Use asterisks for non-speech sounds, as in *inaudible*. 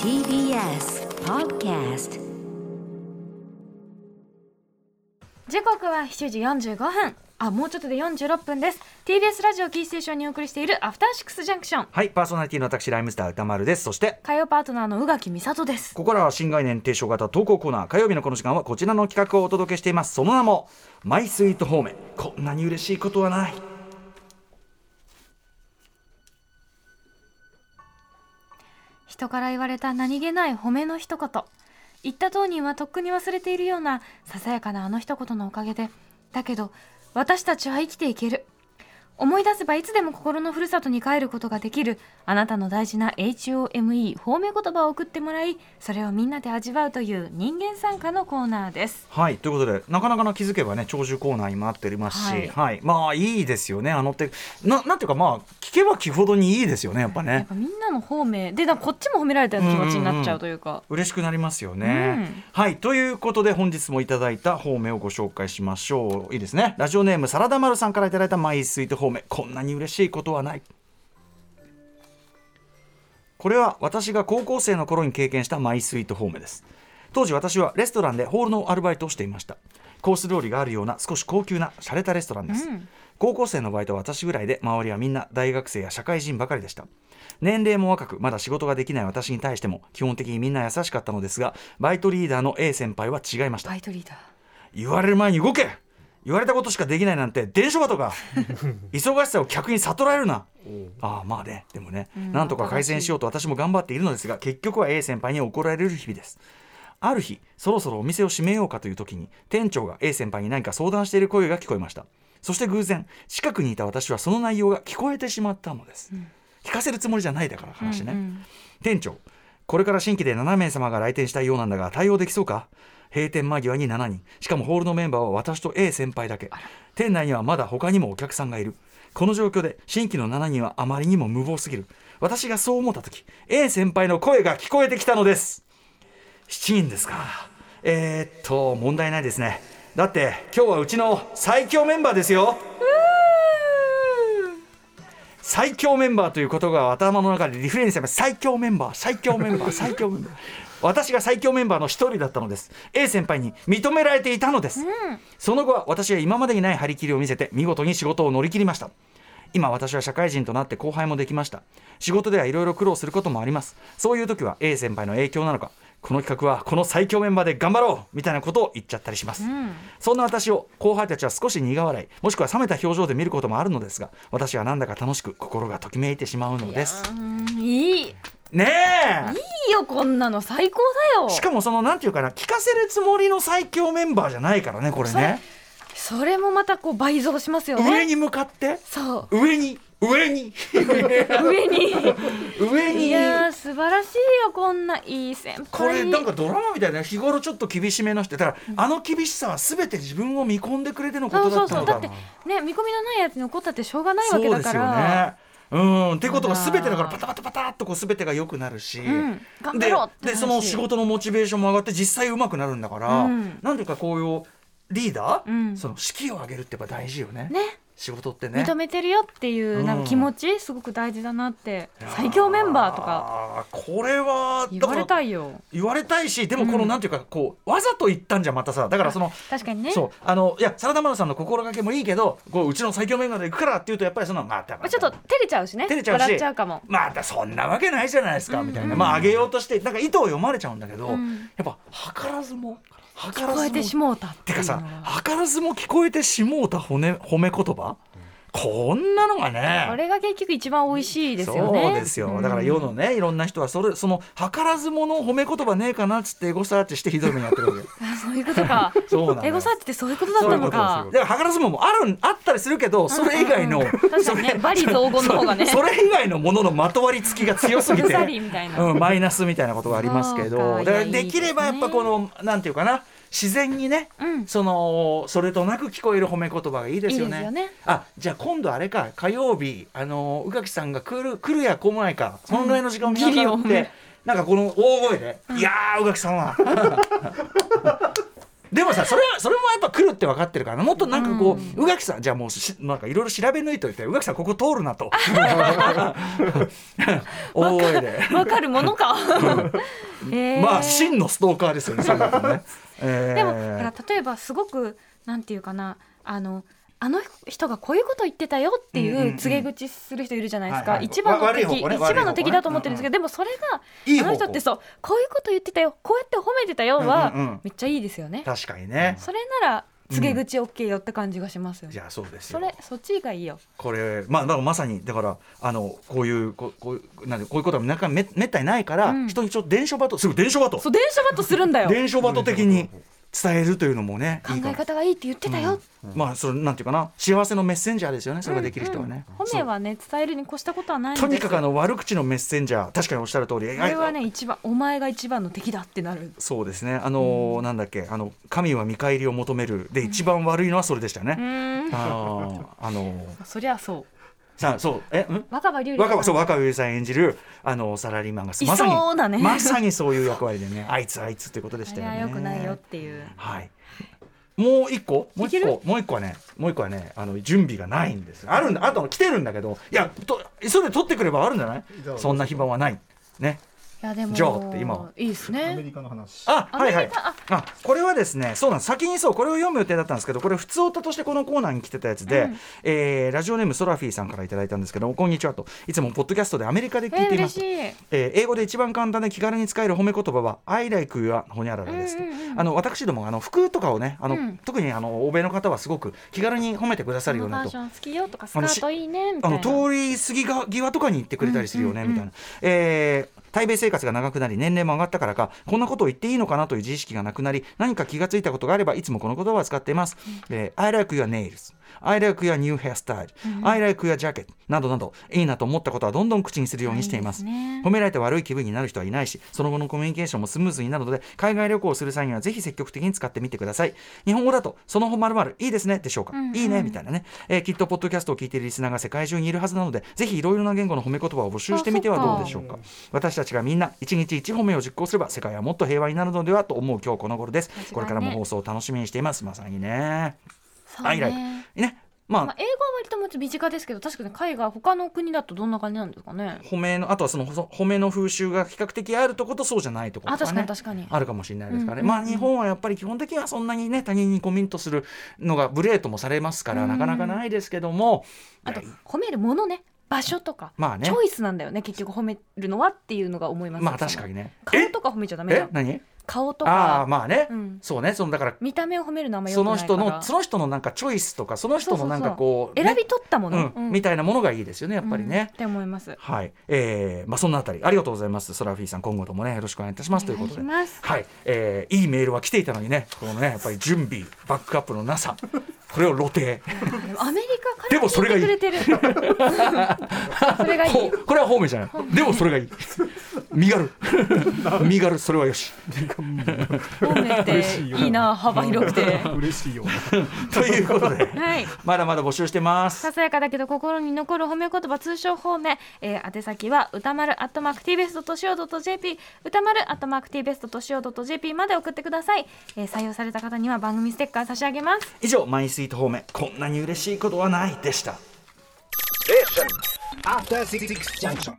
TBS Podcast 時刻は7時45分あもうちょっとで46分です TBS ラジオキーステーションにお送りしているアフターシックスジャンクションはい、パーソナリティの私、ライムスター歌丸です。そして、火曜パートナーの宇垣美里ですここからは新概念提唱型投稿コーナー、火曜日のこの時間はこちらの企画をお届けしています。その名も、マイスイート方面。こんなに嬉しいことはない。人から言われた何気ない褒めの一言言った当人はとっくに忘れているようなささやかなあの一言のおかげでだけど私たちは生きていける思い出せばいつでも心のふるさとに帰ることができるあなたの大事な HOME 褒め言葉を送ってもらいそれをみんなで味わうという人間参加のコーナーですはい、ということで、なかなかな気づけばね、長寿コーナーに回っておりますし、ははいい、まあ、いいですよね。あのって、ななんていうか、まあ、聞けば聞くほどにいいですよね、やっぱやっね。ぱみんなの方面でなんかこっちも褒められたような気持ちになっちゃうというか、嬉しくなりますよね、はいということで本日もいただいた方面をご紹介しましょういいですねラジオネームサラダ丸さんからいただいたマイスイート方面こんなに嬉しいことはないこれは私が高校生の頃に経験したマイスイート方面です当時私はレストランでホールのアルバイトをしていましたコース料理があるような少し高級な洒落たレストランです、うん高校生のバイトは私ぐらいで周りはみんな大学生や社会人ばかりでした年齢も若くまだ仕事ができない私に対しても基本的にみんな優しかったのですがバイトリーダーの A 先輩は違いましたバイトリーダー言われる前に動け言われたことしかできないなんて伝書バとか忙しさを客に悟られるなああまあねでもね、んなんとか改善しようと私も頑張っているのですが結局は A 先輩に怒られる日々ですある日そろそろお店を閉めようかという時に店長が A 先輩に何か相談している声が聞こえましたそして偶然近くにいた私はその内容が聞こえてしまったのです、聞かせるつもりじゃないだから話ね、うんうん店長これから新規で7名様が来店したいようなんだが対応できそうか閉店間際に7人しかもホールのメンバーは私と A 先輩だけ店内にはまだ他にもお客さんがいるこの状況で新規の7人はあまりにも無謀すぎる私がそう思った時 A 先輩の声が聞こえてきたのです7人ですかえー、っと問題ないですねだって今日はうちの最強メンバーですよ最強メンバーということが頭の中でリフレインされます最強メンバー最強メンバー最強メンバー私が最強メンバーの一人だったのです A 先輩に認められていたのです、その後は私は今までにない張り切りを見せて見事に仕事を乗り切りました今私は社会人となって後輩もできました仕事ではいろいろ苦労することもありますそういう時は A 先輩の影響なのかこの企画はこの最強メンバーで頑張ろうみたいなことを言っちゃったりします、そんな私を後輩たちは少し苦笑いもしくは冷めた表情で見ることもあるのですが私はなんだか楽しく心がときめいてしまうのですうんいいいねいよこんなの最高だよえしかもそのなんていうかな聞かせるつもりの最強メンバーじゃないからねこれねそれもまたこう倍増しますよ上ねに向かってそう上に上 *laughs* に上に上にいやー素晴らしいよこんないい先輩これなんかドラマみたいな日頃ちょっと厳しめの人だからあの厳しさは全て自分を見込んでくれてのこそとうだそっうたそのうだかってねな見込みのないやつに怒ったってしょうがないわけそうだでかすよらねうんってことがそうだ全てだからパタパタパタっとこう全てが良くなるし、ん頑張ろうってなるしででその仕事のモチベーションも上がって実際うまくなるんだから、うんなんていうかこういうリーダー、うんその士気を上げるってやっぱ大事よねね仕事ってね認めてるよっていうなんか気持ちすごく大事だなって最強メンバーとかかこれは言だわかれらたいよ言われたいしでもこうのんなんていうかこうわざと言ったんじゃまたさだからその確かにねそうあのいやサラダマルさんの心がけもいいけどこううちの最強メンバーで行くからっていうとやっぱりそのまたままあたちょっと照れちゃうしね照れちゃうし笑っちゃうかもまたそんなわけないじゃないですかみたいなまあ上げようとしてなんか意図を読まれちゃうんだけどやんっぱ図らずも図聞らこえてずしももうたってていうかのさが図らずも聞こえてしもうた褒め褒め言葉こんなのがねこれが結局一番美味しいですよね。そうですよだから世のねいろんな人はそれその図らずもの褒め言葉ねえかなっつってエゴサーチしてひどい目にやってるわ *laughs* けようんそういうことか。そうなんだエよゴサーチってそういうことだったのか。だから図らずももあるあったりするけどそれ以外 *laughs* の、うんうんうん確かにね、バリ雑言の方がね。それ以外のもののまとわりつきが強すぎてバリみたいな。うん、マイナスみたいなことがありますけそうかどいだやからできればやっぱこのなんていうかな自然にね、うんそのそれとなく聞こえる褒め言葉がいいですよね。いいですよねあじゃあ今度あれか火曜日あの宇垣さんが来る来るや来ないかそのぐらいの時間を見ながらっギリをて、なんかこの大声で「いやー宇垣さんは」 *laughs* でもさそれはそれもやっぱ来るって分かってるからもっとなんかこう宇垣さんじゃあもうしなんかいろいろ調べ抜いといて宇垣さんここ通るな *laughs* と *laughs* おーいで。わかるものか、 *laughs* えーまあ真のストーカーですよね、佐藤 *laughs* 君ね。えーでもだから例えばすごくなんていうかなあのあの人がこういうこと言ってたよってうんういんうんう告げ口する人いるじゃないですはかいはい一番のわ悪い敵方向ね一悪い方番向の敵だと思ってるんですけどでもそれいいがあ方の向人ってそうこういうこと言ってたよこうやって褒めてたようんうんうんはめっちゃいいですよね確かにね。それなら告げ口 OK よって感じがしますよじねゃあそうですそよ。れそっちがいいよこれまあだからまさにだからあのこういうこうこういうなんでこういうことはなかなかめめったにないから、うん人にちょっと伝書バトすぐ伝書バトそう電車バットするんだよ伝書バト的に伝えるというのもね。考いいかえも方がいいって言ってたよまあそれなんていうかな幸せのメッセンジャーですよねそれができる人はね。褒めはね伝えるに越したことはないんですとよにかくあの悪口のメッセンジャー確かにおっしゃる通り。あれはね一番お前が一番の敵だってなるそうですねあのーなんだっけあの神は見返りを求めるで一番悪いのはそれでしたよね。うんあーあのーそりゃそうさあそうえん若葉龍若葉そうう若葉優里さん演じるあのサラリーマンがいそうだねまさにそういう役割でねあ *laughs* いつあいつってことでしそたれよはね。良くないよっていうはい。もう一個もういけ一る個もう一個はねもう一個はねあの準備がないんです。あるんだあと来てるんだけどいやと急いで取ってくればあるんじゃないじゃ？あそんな暇はないね。いやでもじゃあって今はいいですアメねリカの話。あ、アはメいリカはい。ああ、これはですね、そうなんです。先にそう、これを読む予定だったんですけど、これ普通オタとしてこのコーナーに来てたやつで、うんえーラジオネームソラフィーさんからいただいたんですけど、こんにちはと。いつもポッドキャストでアメリカでえ聞いていま嬉すし。いえー英語で一番簡単で気軽に使える褒め言葉は「I like you」はほにゃららですと、うんうんうんあの私どもあの服とかをねあの、うん特にあの欧米の方はすごく気軽に褒めてくださこるよのねバーとジョン好きよとかスカートいいねみたあいのな通り過ぎが際とかに行ってくれたりするよね、うんうんうんみたいな、えー対米生活が長くなり年齢も上がったからかこんなことを言っていいのかなという自意識がなくなり何か気がついたことがあればいつもこの言葉を使っています、えー I like your nails I like your new hairstyle、I like your jacket などなどいいなと思ったことはどんどん口にするようにしていまいすいですね褒められて悪い気分になる人はいないしその後のコミュニケーションもスムーズになるので海外旅行をする際にはぜひ積極的に使ってみてください日本語だとそのまるまるいいですねでしょうか、うんうんいいねみたいなね、えーきっとポッドキャストを聞いているリスナーが世界中にいるはずなのでぜひいろいろな言語の褒め言葉を募集してみてはどうでしょうか私たちがみんな一日一褒めを実行すれば世界はもっと平和になるのではと思う今日この頃です、間違いねこれからも放送を楽しみにしていますまさにねそうアイライねねまあ、まあ英語は割ともち身近ですけど確かに海外他の国だとどんな感じなんですかね褒めのあとはそのほ褒めの風習が比較的あるとことそうじゃないとことあか確かねに確かにあるかもしれないですからね、うんうんまあ日本はやっぱり基本的にはそんなにね他人にコミントするのが無礼ともされますから、うんなかなかないですけどもあといや褒めるものね場所とかまあねチョイスなんだよね結局褒めるのはっていうのが思いますまあ確かにね顔とか褒めちゃダメだえよ何顔とああかーまあね、うんそうねそのだから見た目を褒めるのはあんま良そくのない人かのらその人のなんかチョイスとかその人のなんかこうね選び取ったものうんみたいなものがいいですよねやっぱりね。うんって思いますはい、えーまあそんなあたりありがとうございますソラフィーさん今後ともねよろしくお願いいたしますということでお願いしますはい、えーいいメールは来ていたのにねこのねやっぱり準備バックアップのなさこれを露呈でもアメリカからでもそれがいい聞いてくれてる *laughs* それがいいほうこれは方面じゃ *laughs* ないでもそれがいい身軽身軽それはよし褒めていいな幅広くて嬉しいよ。 *laughs* ということ *laughs* ではいまだまだ募集してますささやかだけど心に残る褒め言葉通称褒め、えー、宛先は歌丸アットマーク TBS としお .jp 歌丸アットマーク TBS としお .jp まで送ってください、えー、採用された方には番組ステッカー差し上げます以上マイスイート方面こんなに嬉しいことはないでした After Six Junction.